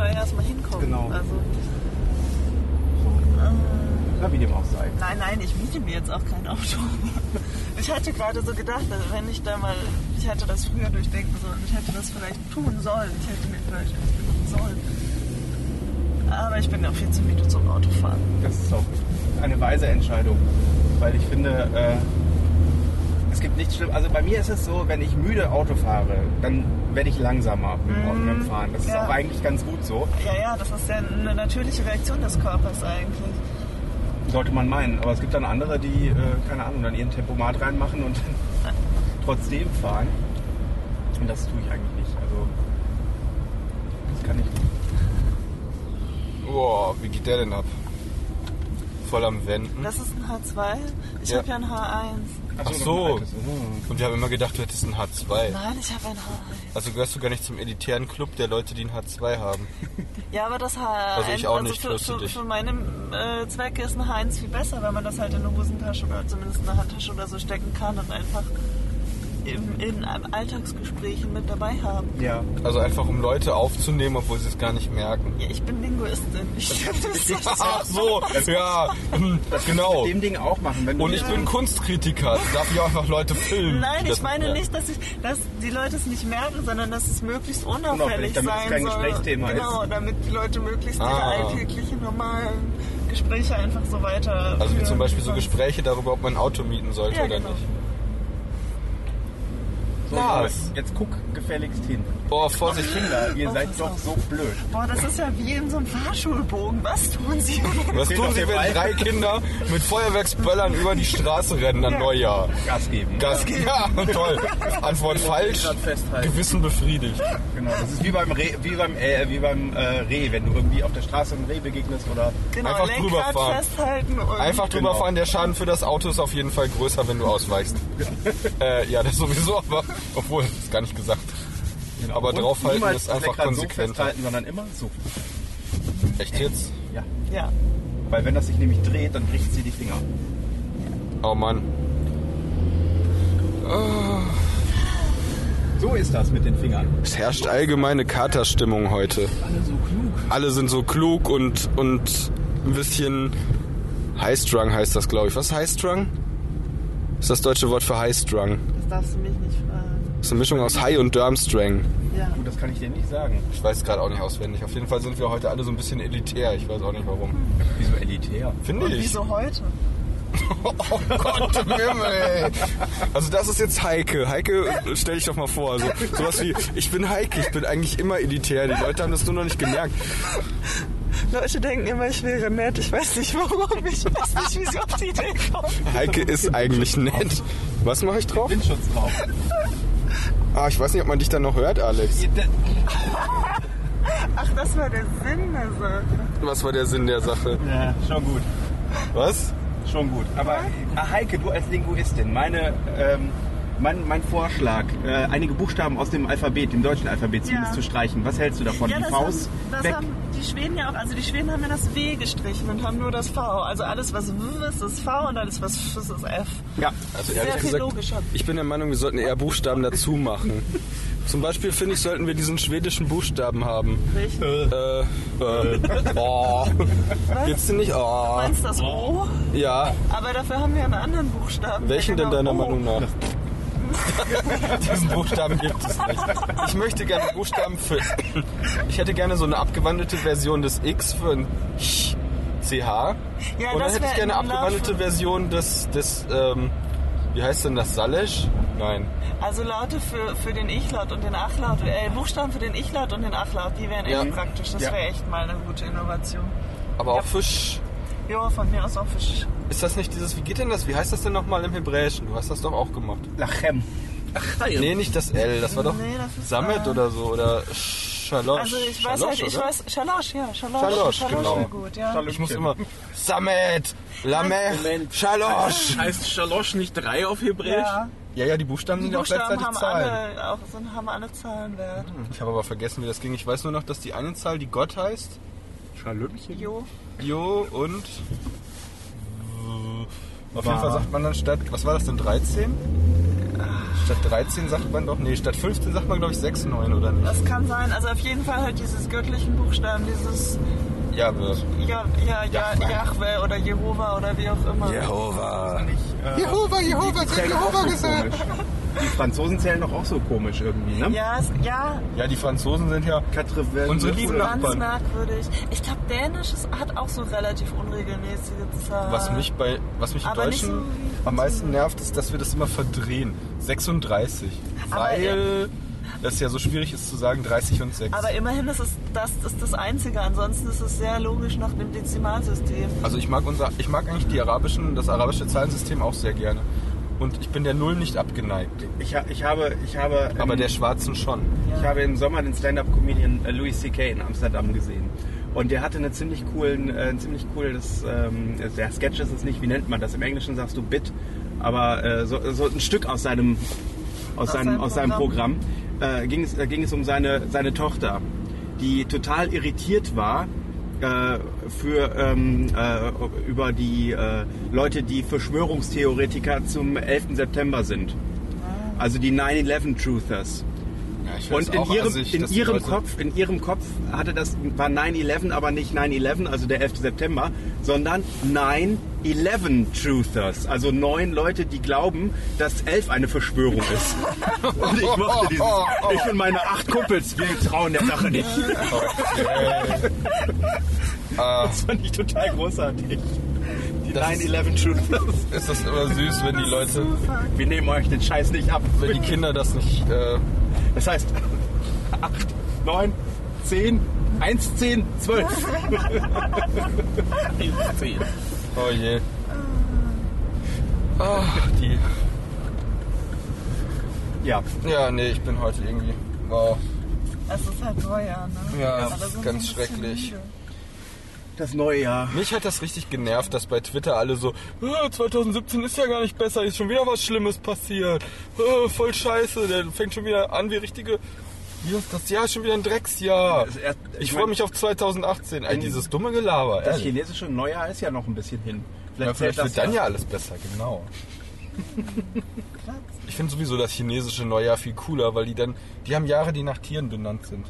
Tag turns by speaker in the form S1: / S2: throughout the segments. S1: halt
S2: Genau.
S1: Also,
S2: So.
S1: ähm,
S2: Na, Äh, wie dem auch sei.
S1: nein, nein, ich miete mir jetzt auch kein Auto. Ich hatte gerade so gedacht, also wenn ich da mal, ich hätte das früher durchdenken sollen, ich hätte das vielleicht tun sollen, ich hätte mir vielleicht etwas genommen sollen. Aber ich bin auch viel zu müde zum Autofahren.
S2: Das ist auch eine weise Entscheidung, weil ich finde, äh, es gibt nichts schlimm. Also bei mir ist es so, wenn ich müde Auto fahre, dann werde ich langsamer mit dem Auto- mit dem Fahren. Das ist
S1: ja.
S2: auch eigentlich ganz gut so.
S1: Ja, ja, das ist ja eine natürliche Reaktion des Körpers eigentlich.
S2: Sollte man meinen. Aber es gibt dann andere, die, äh, keine Ahnung, dann ihren Tempomat reinmachen und dann trotzdem fahren. Und das tue ich eigentlich nicht. Also, das kann ich nicht.
S3: Boah, wie geht der denn ab? Voll am Wenden.
S1: Das ist ein H2, ich
S3: Ja.
S1: habe ja ein H1.
S3: Ach
S2: noch
S3: so.
S2: ein altes. Hm.
S3: Und wir haben immer gedacht, du hättest einen H2.
S1: Nein, ich habe ein H1.
S3: Also gehörst du gar nicht zum elitären Club der Leute, die einen H2 haben.
S1: Ja, aber das H1,
S3: Also ich auch nicht,
S1: für,
S3: tröste
S1: für,
S3: dich.
S1: für meinen äh, Zweck ist ein H1 viel besser, weil man das halt in eine Hosentasche oder zumindest in eine Handtasche oder so stecken kann und einfach im, in einem Alltagsgesprächen mit dabei haben.
S2: Ja.
S3: Also einfach, um Leute aufzunehmen, obwohl sie es gar nicht merken.
S1: Ja, ich bin Linguistin. Ich,
S3: Ach so, ja, hm, genau.
S2: Dem Ding auch machen. Wenn du-
S3: Und ich bin Kunstkritiker, da darf ich auch einfach Leute filmen.
S1: Nein,
S3: die
S1: ich
S3: das-
S1: meine nicht, dass, ich, dass die Leute es nicht merken, sondern dass es möglichst
S2: Unauffällig,
S1: unauffällig,
S2: damit es
S1: sein
S2: kein
S1: soll.
S2: Gesprächsthema ist.
S1: genau, damit die Leute möglichst ihre
S3: Ah.
S1: alltäglichen, normalen Gespräche einfach so weiter.
S3: Also wie
S1: führen.
S3: zum Beispiel so Gespräche darüber, ob man ein Auto mieten sollte
S1: Ja,
S3: oder
S1: genau.
S3: nicht.
S2: So,
S3: Lars.
S2: Jetzt guck gefälligst hin.
S3: Boah, Vorsicht.
S2: Kinder, ihr
S1: Oh,
S2: seid
S1: pass
S2: doch
S1: auf.
S2: so blöd.
S1: Boah, das ist ja wie in so einem Fahrschulbogen. Was tun sie?
S3: Was
S2: Fehlt
S3: tun
S2: auf
S3: sie,
S2: dem
S3: wenn
S2: Ball.
S3: drei Kinder mit Feuerwerksböllern über die Straße rennen an
S1: Ja.
S3: Neujahr?
S2: Gas geben.
S3: Gas. Ja, toll. Antwort falsch.
S2: Grad festhalten.
S3: Gewissen befriedigt.
S2: Genau, das ist wie beim Reh, wie beim, äh, wie beim äh, Reh, wenn du irgendwie auf der Straße einem Reh begegnest oder
S1: Genau,
S3: Einfach
S1: Lenkrad
S3: drüberfahren.
S1: festhalten und
S3: Einfach drüber
S2: Genau.
S3: fahren, der Schaden für das Auto ist auf jeden Fall größer, wenn du ausweichst. äh, ja, das sowieso, aber obwohl, das ist gar nicht gesagt. Aber
S2: Und
S3: draufhalten
S2: niemals
S3: ist
S2: das
S3: einfach
S2: Lenkrad So
S3: konsequenter.
S2: festhalten, sondern immer so.
S3: Echt jetzt?
S2: Ja.
S1: ja.
S2: Weil wenn das sich nämlich dreht, dann bricht sie die Finger.
S3: Oh Mann.
S2: So ist das mit den Fingern.
S3: Es herrscht allgemeine Katerstimmung heute.
S2: Alle so klug.
S3: Alle sind so klug und, und ein bisschen Highstrung heißt das, glaube ich. Was ist Highstrung? Ist das deutsche Wort für Highstrung?
S1: Das darfst du mich nicht fragen.
S3: Das ist eine Mischung aus High und Durmstrang.
S1: Ja.
S2: Gut, das kann ich dir nicht sagen.
S3: Ich weiß gerade auch nicht auswendig. Auf jeden Fall sind wir heute alle so ein bisschen elitär. Ich weiß auch nicht warum.
S2: Wieso elitär?
S3: Finde
S1: Und
S3: ich.
S1: wieso heute?
S3: Oh Gott im Himmel. Also das ist jetzt Heike. Heike, stell dich doch mal vor. So, sowas wie, ich bin Heike, ich bin eigentlich immer elitär. Die Leute haben das nur noch nicht gemerkt.
S1: Leute denken immer, ich wäre nett. Ich weiß nicht warum. Ich weiß nicht, wie sie auf die Idee kommen.
S3: Heike ist eigentlich nett. Was mache ich drauf?
S2: Windschutz drauf.
S3: Ah, ich weiß nicht, ob man dich dann noch hört, Alex.
S1: Ach, das war der Sinn der Sache.
S3: Was war der Sinn der Sache?
S2: Ja, schon gut.
S3: Was?
S2: Schon gut. Aber äh, Heike, du als Linguistin, meine, ähm, mein, mein Vorschlag, äh, einige Buchstaben aus dem Alphabet, dem deutschen Alphabet zumindest, zu streichen. Was hältst du davon?
S1: Ja,
S2: die
S1: das,
S2: Faust
S1: haben, das
S2: weg.
S1: haben die Schweden ja auch. Also die Schweden haben ja das W gestrichen und haben nur das V. Also alles, was W ist, ist V und alles, was F ist, ist F.
S2: Ja.
S3: Also
S1: Sehr viel logischer.
S3: ich bin der Meinung, wir sollten eher Buchstaben dazu machen. Zum Beispiel finde ich, sollten wir diesen schwedischen Buchstaben haben.
S1: Welchen?
S3: Äh, äh, oh. Geht's dir nicht? Oh.
S1: Eins das O,
S3: Ja,
S1: aber dafür haben wir einen anderen Buchstaben.
S3: welchen
S1: Der
S3: denn deiner
S1: genau O.
S3: Meinung nach? Diesen Buchstaben gibt es nicht. Ich möchte gerne Buchstaben für. Ich hätte gerne so eine abgewandelte Version des X für ein Ch. CH.
S1: Ja,
S3: Und dann
S1: das
S3: hätte ich
S1: wär
S3: gerne
S1: ein Love-
S3: abgewandelte Version des. des ähm, wie heißt denn das? Salesh? Nein.
S1: Also Laute für, für den Ich-Laut und den Ach-Laut, äh, Buchstaben für den Ich-Laut und den Ach-Laut, die wären echt
S3: Ja.
S1: praktisch. Das
S2: Ja.
S1: wäre echt mal eine gute Innovation.
S3: Aber auch für Sch.
S1: Ja, von mir aus auch für Sch.
S3: Ist das nicht dieses. Wie geht denn das? Wie heißt das denn nochmal im Hebräischen? Du hast das doch auch gemacht.
S2: Lachem.
S3: Nee, nicht das L. Das war doch
S1: Nee, das ist,
S3: Samet
S1: äh,
S3: oder so. Oder Shalosh.
S1: Also ich weiß halt, ich
S3: Oh, oder?
S1: weiß, Schalosch, ja, Schalosch.
S3: Schalosch, genau.
S1: wäre gut, ja.
S2: Schalosch.
S3: Ich muss immer Samet, Lamech,
S4: Moment.
S3: Shalosh.
S4: Heißt Schalosch nicht drei auf Hebräisch?
S1: ja.
S3: Ja, ja, die Buchstaben
S1: Die
S3: sind ja auch
S1: Buchstaben
S3: gleichzeitig
S1: haben
S3: Zahlen. Hm,
S1: alle, auch, sind, haben alle Zahlenwert.
S3: Ich habe aber vergessen, wie das ging. Ich weiß nur noch, dass die eine Zahl, die Gott heißt,
S4: Schalöppchen?
S1: Jo.
S3: Jo und... Auf jeden
S2: War.
S3: Fall sagt man dann statt... Was war das denn, 13? Statt 13 sagt man doch, nee, statt 15 sagt man, glaube ich, 6, 9 oder nicht?
S1: Das kann sein. Also auf jeden Fall halt dieses göttlichen Buchstaben, dieses
S3: Ja, wird.
S1: ja, ja, ja,
S3: Jahwe.
S1: Jahwe oder Jehova oder wie auch immer.
S3: Jehova.
S2: Äh,
S3: Jehova, Jehova,
S2: zählen doch auch so komisch. Die Franzosen zählen doch auch so komisch irgendwie, ne?
S1: Ja, es- ja,
S3: Ja, die Franzosen sind ja.
S2: Quatre werden-
S3: Unsere lieben
S2: oder-
S1: ganz
S3: Nachbarn.
S1: merkwürdig. Ich glaube, Dänisch ist, hat auch so relativ unregelmäßige Zahlen.
S3: Was mich bei, was mich die
S1: Aber nicht
S3: Deutschen
S1: so wie-
S3: am meisten nervt, ist, dass wir das immer verdrehen. 36.
S1: Aber,
S3: Weil das ja so schwierig ist zu sagen 30 und 6.
S1: Aber immerhin ist es das ist das Einzige. Ansonsten ist es sehr logisch nach dem Dezimalsystem.
S3: Also ich mag unser, ich mag eigentlich die arabischen, das arabische Zahlensystem auch sehr gerne. Und ich bin der Null nicht abgeneigt,
S2: Ich, ha- ich habe, ich habe, ähm,
S3: aber der Schwarzen schon.
S2: ich habe im Sommer den Stand-up-Comedian äh, Louis C.K. in Amsterdam gesehen. Und der hatte eine ziemlich coolen, äh, ein ziemlich cooles, ähm, der Sketch ist es nicht, wie nennt man das? Im Englischen sagst du Bit, aber äh, so, so ein Stück aus seinem, aus, seinem,
S1: seinem
S2: aus seinem Programm, äh, ging, es, äh, ging es um seine, seine Tochter, die total irritiert war äh, für, ähm, äh, über die äh, Leute, die Verschwörungstheoretiker zum 11. September sind. Also die 9-11-Truthers.
S3: Ja, ich find's
S2: Und in
S3: auch
S2: ihrem,
S3: assig,
S2: in
S3: dass die
S2: ihrem
S3: Leute-
S2: Kopf, in ihrem Kopf hatte das, war 9-11, aber nicht 9-11, also der 11. September, sondern 9-11-Truthers. Also neun Leute, die glauben, dass 11 eine Verschwörung ist. Und ich mochte dieses. Ich und meine acht Kumpels, wir trauen der Sache nicht.
S3: Ah,
S2: Das fand ich total großartig. Die
S3: Das ist-
S2: 9-11-Truthers.
S3: Ist das immer süß, wenn die Leute,
S2: Wir nehmen euch den Scheiß nicht ab.
S3: wenn die Kinder das nicht. Äh,
S2: Das heißt 8, 9, 10, 1, 10, 12.
S4: 10.
S3: oh je.
S1: Ah.
S3: Ach, die.
S2: Ja,
S3: Ja, nee, ich bin heute irgendwie. Wow.
S1: Es ist halt teuer, ne?
S3: Ja,
S1: Aber
S3: das ist
S1: sind
S3: ganz
S1: ein bisschen
S3: schrecklich.
S1: müde.
S2: das neue Jahr.
S3: Mich hat das richtig genervt, dass bei Twitter alle so, "Ah, 2017 ist ja gar nicht besser, ist schon wieder was Schlimmes passiert. Ah, Voll scheiße, der fängt schon wieder an wie richtige. Hier ist das Jahr schon wieder ein Drecksjahr.
S2: Das erst- ich
S3: Ich
S2: mein-
S3: freue mich auf 2018. All dieses dumme Gelaber.
S2: Das
S3: ehrlich.
S2: chinesische Neujahr ist ja noch ein bisschen hin.
S3: ja, vielleicht
S2: zählt
S3: wird dann ja alles besser, genau. ich finde sowieso das chinesische Neujahr viel cooler, weil die dann, die haben Jahre, die nach Tieren benannt sind.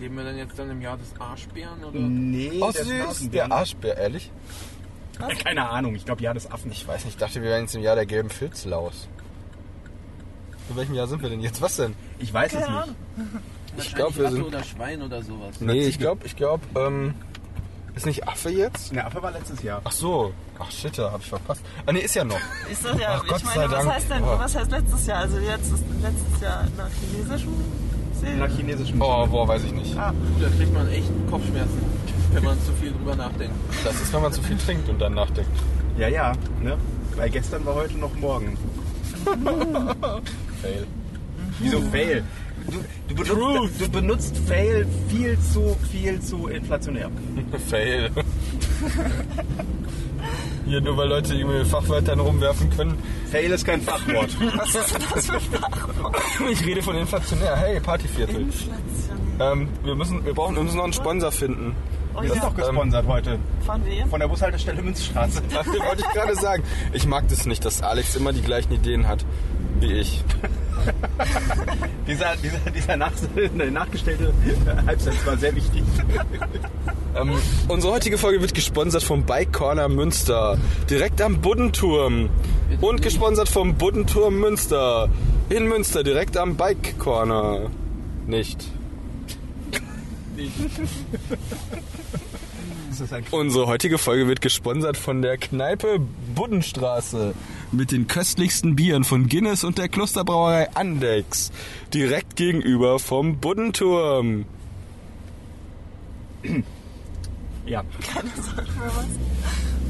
S4: Leben wir dann jetzt dann im Jahr des Arschbären oder?
S2: Nee,
S3: Oh,
S2: das
S3: süß,
S2: Nasenbären.
S3: der Arschbär, ehrlich?
S2: Äh, Keine Ahnung, ich glaube, Jahr des Affen.
S3: Ich weiß nicht, ich dachte, wir wären jetzt im Jahr der gelben Filzlaus. In welchem Jahr sind wir denn jetzt? Was denn?
S2: Ich weiß es
S1: Keine
S2: nicht.
S1: Ahnung.
S4: Wahrscheinlich
S3: glaub, wir
S4: Ratte
S3: sind-
S4: oder Schwein oder sowas.
S3: Nee, ich glaube, ich glaube, ähm, ist nicht Affe jetzt?
S2: Der Affe war letztes Jahr.
S3: Ach so. Ach shit, da hab ich verpasst. Ah nee, ist ja noch.
S1: Ich sag ja,
S3: Ach, Gott
S1: ich
S3: sei
S1: meine, was
S3: Dank.
S1: heißt denn,
S3: Oh.
S1: was heißt letztes Jahr? Also jetzt ist letztes Jahr nach chinesischem
S2: Nach
S1: Sehen.
S2: chinesischem.
S3: Oh, boah, weiß ich nicht.
S4: Puh, da kriegt man echt Kopfschmerzen, wenn man zu viel drüber nachdenkt.
S3: Das ist, wenn man zu viel trinkt und dann nachdenkt.
S2: Ja, ja. Ne? Weil gestern war heute noch morgen.
S3: Fail.
S2: Wieso Fail? Du, du, benutzt, du benutzt Fail viel zu, viel zu inflationär.
S3: Fail. Hier nur weil Leute irgendwie Fachwörtern rumwerfen können.
S2: Fail ist kein Fachwort.
S1: Was ist denn das für Sprache?
S3: Ich rede von inflationär. Hey, Partyviertel.
S1: Inflation.
S3: Ähm, wir müssen, wir brauchen, wir müssen noch einen Sponsor finden.
S1: Oh
S2: Wir sind
S1: ja,
S2: doch
S4: Ähm.
S2: gesponsert heute.
S1: von wem?
S2: Von der Bushaltestelle Münzstraße.
S3: Das wollte ich gerade sagen. Ich mag das nicht, dass Alex immer die gleichen Ideen hat wie ich.
S2: Dieser, dieser, dieser nach, ne, nachgestellte Halbsatz war sehr wichtig.
S3: Ähm, unsere heutige Folge wird gesponsert vom Bike Corner Münster. Direkt am Buddenturm. Und gesponsert vom Buddenturm Münster. In Münster, direkt am Bike Corner. Nicht.
S2: Das ist ein
S3: Unsere heutige Folge wird gesponsert von der Kneipe Buddenstraße. Mit den köstlichsten Bieren von Guinness und der Klosterbrauerei Andex. Direkt gegenüber vom Buddenturm.
S2: ja.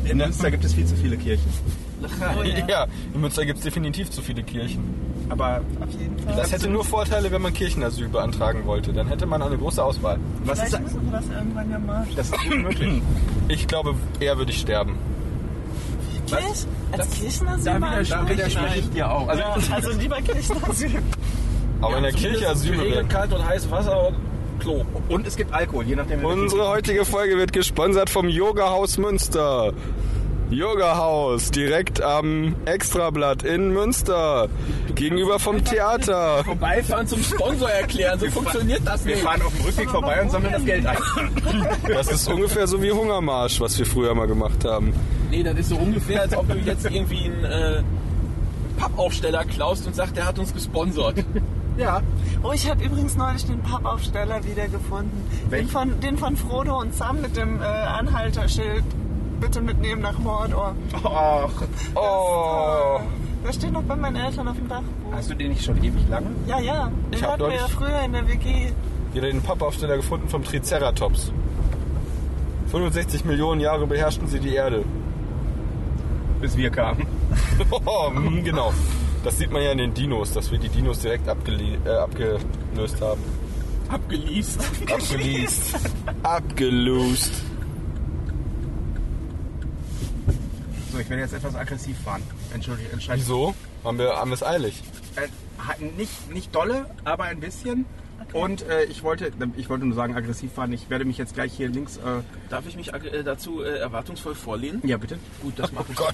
S2: In Münster gibt es viel zu viele Kirchen.
S1: Oh ja,
S3: Ja, in Münster gibt es definitiv zu viele Kirchen.
S2: Aber
S1: auf jeden Fall.
S3: Das hätte nur Vorteile, wenn man Kirchenasyl beantragen wollte. Dann hätte man eine große Auswahl.
S2: was ist
S1: Vielleicht müssen wir das irgendwann ja mal.
S2: das ist unmöglich.
S3: Ich glaube, eher würde ich sterben.
S1: Kirch? Als Kirchenasyl mal
S2: widerspreche ich dir auch. Also,
S1: Ja, also lieber Kirchenasyl.
S3: Aber in der Kirche Asyl
S4: Regel,
S3: bewerben.
S4: kalt und heißes Wasser und Klo.
S2: und es gibt Alkohol, je nachdem. wer-
S3: Unsere heutige Folge wird gesponsert vom Yoga Haus Münster. Yoga-Haus, direkt am Extrablatt in Münster, gegenüber vom Theater.
S4: Vorbeifahren zum Sponsor erklären, so funktioniert das
S2: Wir
S4: nicht.
S2: fahren auf dem Rückweg vorbei und sammeln das Geld ein.
S3: Das ist ungefähr so wie Hungermarsch, was wir früher mal gemacht haben.
S4: Nee, das ist so ungefähr, als ob du jetzt irgendwie einen äh, Pappaufsteller klaust und sagst, der hat uns gesponsert.
S2: Ja.
S1: Oh, ich habe übrigens neulich den Pappaufsteller wiedergefunden. Den
S2: Welchen?
S1: von, den von Frodo und Sam mit dem äh, Anhalterschild. Bitte mitnehmen nach Mordor.
S2: Och,
S3: Oh.
S1: Der steht noch bei meinen Eltern auf dem Dachboden.
S2: hast du den nicht schon ewig lange?
S1: Ja, ja.
S3: Ich
S1: Den
S3: hab
S1: hatten wir ja
S3: neulich-
S1: früher in der WG.
S3: Ihr habt den Pappaufsteller gefunden vom Triceratops. 65 Millionen Jahre beherrschten sie die Erde.
S2: Bis wir kamen.
S3: Oh, mm, genau. Das sieht man ja in den Dinos, dass wir die Dinos direkt abgele äh, abgelöst haben.
S4: Abgeleast.
S3: Abgeleast. Abgelost.
S2: So, ich werde jetzt etwas aggressiv fahren. Entschuldige, entschuldige.
S3: Wieso? Haben wir, haben wir es eilig?
S2: Äh, ha- nicht, nicht dolle, aber ein bisschen. Und äh, ich, wollte, ich wollte nur sagen, aggressiv fahren. Ich werde mich jetzt gleich hier links. Äh,
S4: Darf ich mich äh, dazu äh, erwartungsvoll vorlehnen?
S2: ja, bitte.
S4: Gut, das mache ich.
S3: Gott.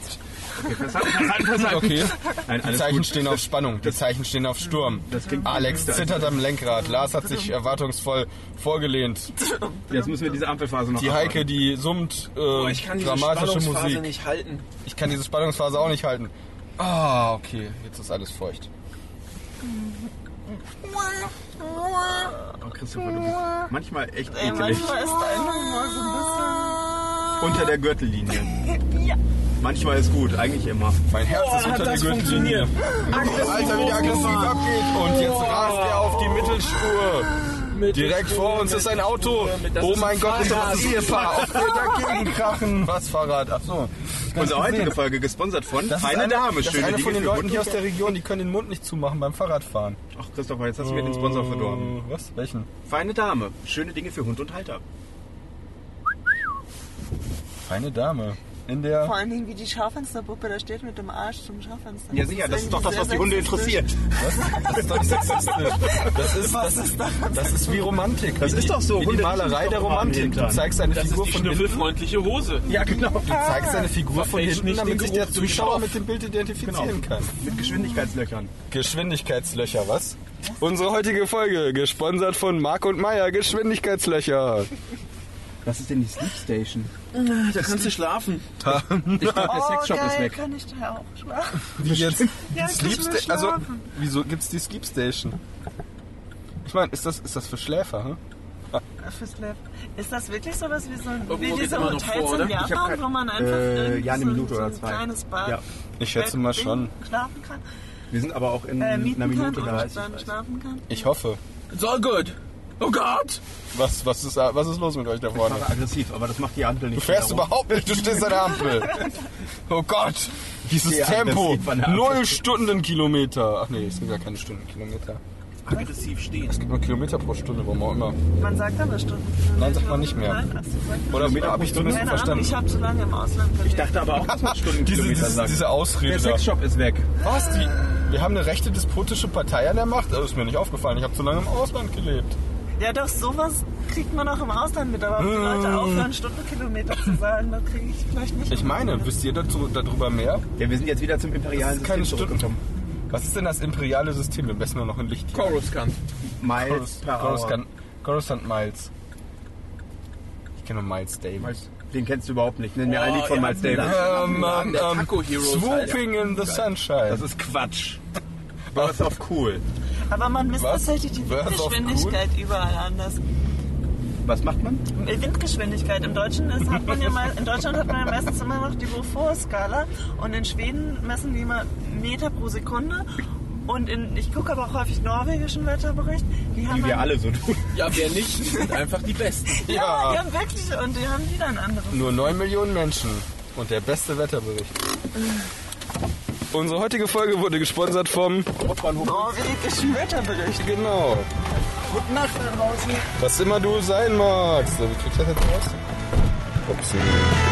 S2: Okay, Interessant, interessant, interessant.
S3: Okay.
S2: Nein,
S3: Die
S2: alles
S3: Zeichen
S2: gut.
S3: stehen auf Spannung. Die Zeichen stehen auf Sturm.
S2: Das klingt-
S3: Alex zittert am Lenkrad. Lars hat sich erwartungsvoll vorgelehnt.
S2: Jetzt müssen wir diese Ampelphase noch
S3: Die
S2: abwarten.
S3: Heike, die summt äh,
S4: Boah, Oh, ich kann diese
S3: dramatische
S4: Spannungsphase
S3: Musik.
S4: nicht halten.
S3: Ich kann diese Spannungsphase auch nicht halten. Ah, okay. Jetzt ist alles feucht.
S2: Oh, Christopher, du bist manchmal echt
S1: Ey,
S2: ekelig.
S1: manchmal ist dein Humor so ein bisschen.
S2: Unter der Gürtellinie. Manchmal ist gut, eigentlich immer.
S3: Mein Herz ist
S4: hat
S3: unter der
S4: das
S3: Gürtellinie. Alter, wie der aggressiv abgeht. Und jetzt rast er auf die Mittelspur. Direkt vor uns ist ein Auto. Oh mein Gott, ist das ein Ehepaar. Auf der dagegen krachen. Was Fahrrad? Ach so.
S2: Unsere heutige Folge gesponsert von
S3: Das ist
S2: eine, Dame.
S3: das
S2: Schöne
S3: ist eine
S2: Dinge
S3: von den
S2: für
S3: Leuten
S2: Mund
S3: hier
S2: und
S3: aus der Region, die können den Mund nicht zumachen beim Fahrradfahren.
S2: Herz. Ach, Christopher, jetzt hast du mir den Sponsor verdorben.
S3: Oh, Was? Welchen?
S2: Feine Dame. Schöne Dinge für Hund und Halter.
S3: Feine Dame. In
S2: Ah.
S3: der...
S1: Vor allen Dingen wie die Schaufensterpuppe da steht mit dem Arsch zum Schaufenster.
S2: Ja, sicher, das ist doch das, was die Hunde interessiert.
S3: Das ist doch nicht sexistisch. Das ist, das, ist, das ist wie Romantik.
S2: Das
S3: wie
S2: ist
S3: die,
S2: doch so.
S3: Wie die
S2: Hunde
S3: Malerei
S2: riechen
S3: der
S2: doch am
S3: Romantik. Du
S2: Hintern.
S3: zeigst eine
S4: Das
S3: Figur
S4: ist die
S3: von hinten.
S4: schnüffelfreundliche Hose.
S2: Ja, genau.
S3: Du zeigst eine Figur von
S4: Verfälscht
S3: hinten,
S4: nicht
S3: damit
S4: den
S3: sich der
S4: Geruch, du bist
S3: Zuschauer
S4: auf.
S3: mit dem Bild identifizieren kann.
S2: Mit Geschwindigkeitslöchern.
S3: Geschwindigkeitslöcher, was? Unsere heutige Folge, gesponsert von Marc und Meier, Geschwindigkeitslöcher.
S2: Was ist denn die Sleep Station?
S4: Da kannst du schlafen.
S1: Der
S2: Sexshop
S1: oh, geil,
S2: ist weg.
S1: kann ich da auch schlafen.
S3: Wie jetzt?
S1: Ja, ich
S3: Sleep
S1: muss
S3: Sta- also,
S1: schlafen.
S3: wieso gibt's die Sleep Station? Ich meine, ist das, ist das für Schläfer, hm?
S1: Fürs Lab. Ist das wirklich sowas wie so ein wie
S4: Irgendwo geht
S1: diese
S4: immer noch
S1: Hotels
S4: vor, oder?
S1: in
S4: Ich
S2: hab
S1: Japan,
S2: kein-
S1: wo man einfach
S2: Äh,
S1: irgendwie
S2: ja, eine
S1: so ein- so
S2: Minute
S1: ein
S2: oder zwei.
S1: kleines Bad
S2: Ja.
S3: Ich schätze
S1: Bett-
S3: mal
S1: Ding
S3: schon.
S1: schlafen kann,
S2: Wir sind aber auch in
S1: äh,
S2: einer
S1: mieten kann
S2: Minute
S1: und
S2: da.
S1: dann schlafen kann.
S3: Ich hoffe.
S4: So gut. Oh Gott.
S3: Was, was, ist, was ist los mit euch da vorne?
S2: Aber aggressiv, aber das macht die Ampel nicht.
S3: Du fährst
S2: wiederum.
S3: überhaupt nicht, du stehst an der Ampel. Oh Gott, dieses
S2: Ja, das
S3: Tempo.
S2: sieht man der Ampel.
S3: Null Stundenkilometer. Ach nee, es gibt ja keine Stundenkilometer.
S4: Aggressiv stehen.
S3: Es gibt nur Kilometer pro Stunde, warum auch immer.
S1: Man sagt aber Stunden.
S3: Nein, sagt man nicht mehr.
S1: Nein, ach so, sagt man-
S3: Oder
S2: Kilometer
S3: habe
S2: pro
S3: ich zumindest
S1: Keine Ahnung,
S3: verstanden. Ah,
S1: ich habe zu lange im Ausland gelebt.
S2: Ich dachte aber auch, dass man
S3: diese,
S2: Stundenkilometer
S3: diese,
S2: sagt.
S3: diese
S2: Der
S3: Ausrede da.
S2: Sexshop ist weg.
S3: Was? Die, wir haben eine rechte despotische Partei an der Macht? Das ist mir nicht aufgefallen. Ich habe zu lange im Ausland gelebt.
S1: Ja, doch, sowas kriegt man auch im Ausland mit, aber ob die
S3: Hm.
S1: Leute aufhören, Stundenkilometer zu sagen, das kriege ich vielleicht nicht.
S3: Ich meine, wisst ihr dazu, darüber mehr?
S2: Ja, wir sind jetzt wieder zum imperialen
S3: Das ist keine
S2: System
S3: Stunden.
S2: zurückgekommen.
S3: Was ist denn das imperiale System? Wir messen nur noch ein Licht.
S4: Coruscant.
S2: Miles per Hour.
S3: Coruscant, Coruscant Miles. Ich kenne nur Miles Davis.
S2: Den kennst du überhaupt nicht. Nenn mir
S4: Oh,
S2: ein Lied von
S4: ja,
S2: Miles Davis.
S4: ja.
S3: Ähm, ähm,
S4: Der
S3: ähm,
S4: Taco Heroes,
S3: Swooping in the Sunshine.
S2: Das ist Quatsch. Aber das ist auf cool.
S1: Aber man misst
S3: Was?
S1: tatsächlich die
S3: Wer ist auf
S1: Windgeschwindigkeit überall anders.
S2: Was macht man?
S1: Äh, Windgeschwindigkeit. Im Deutschen ist, hat man ja mal, in Deutschland hat man ja meistens immer noch die Beaufort-Skala und in Schweden messen die immer Meter pro Sekunde. Und in, ich gucke aber auch häufig norwegischen Wetterbericht. Die haben
S2: Wie wir
S1: dann-
S2: alle so tun.
S4: Ja, wer nicht, die sind einfach die Besten.
S1: Ja,
S3: Ja.
S1: die haben wirklich. Und die haben wieder ein anderes.
S3: Nur 9 Millionen Menschen und der beste Wetterbericht. Unsere heutige Folge wurde gesponsert vom...
S1: Norwegischen Wetterbericht.
S3: Genau.
S1: Gute Nacht da draußen.
S3: Was immer du sein magst. So, Wie kriegt das jetzt raus? Upsi.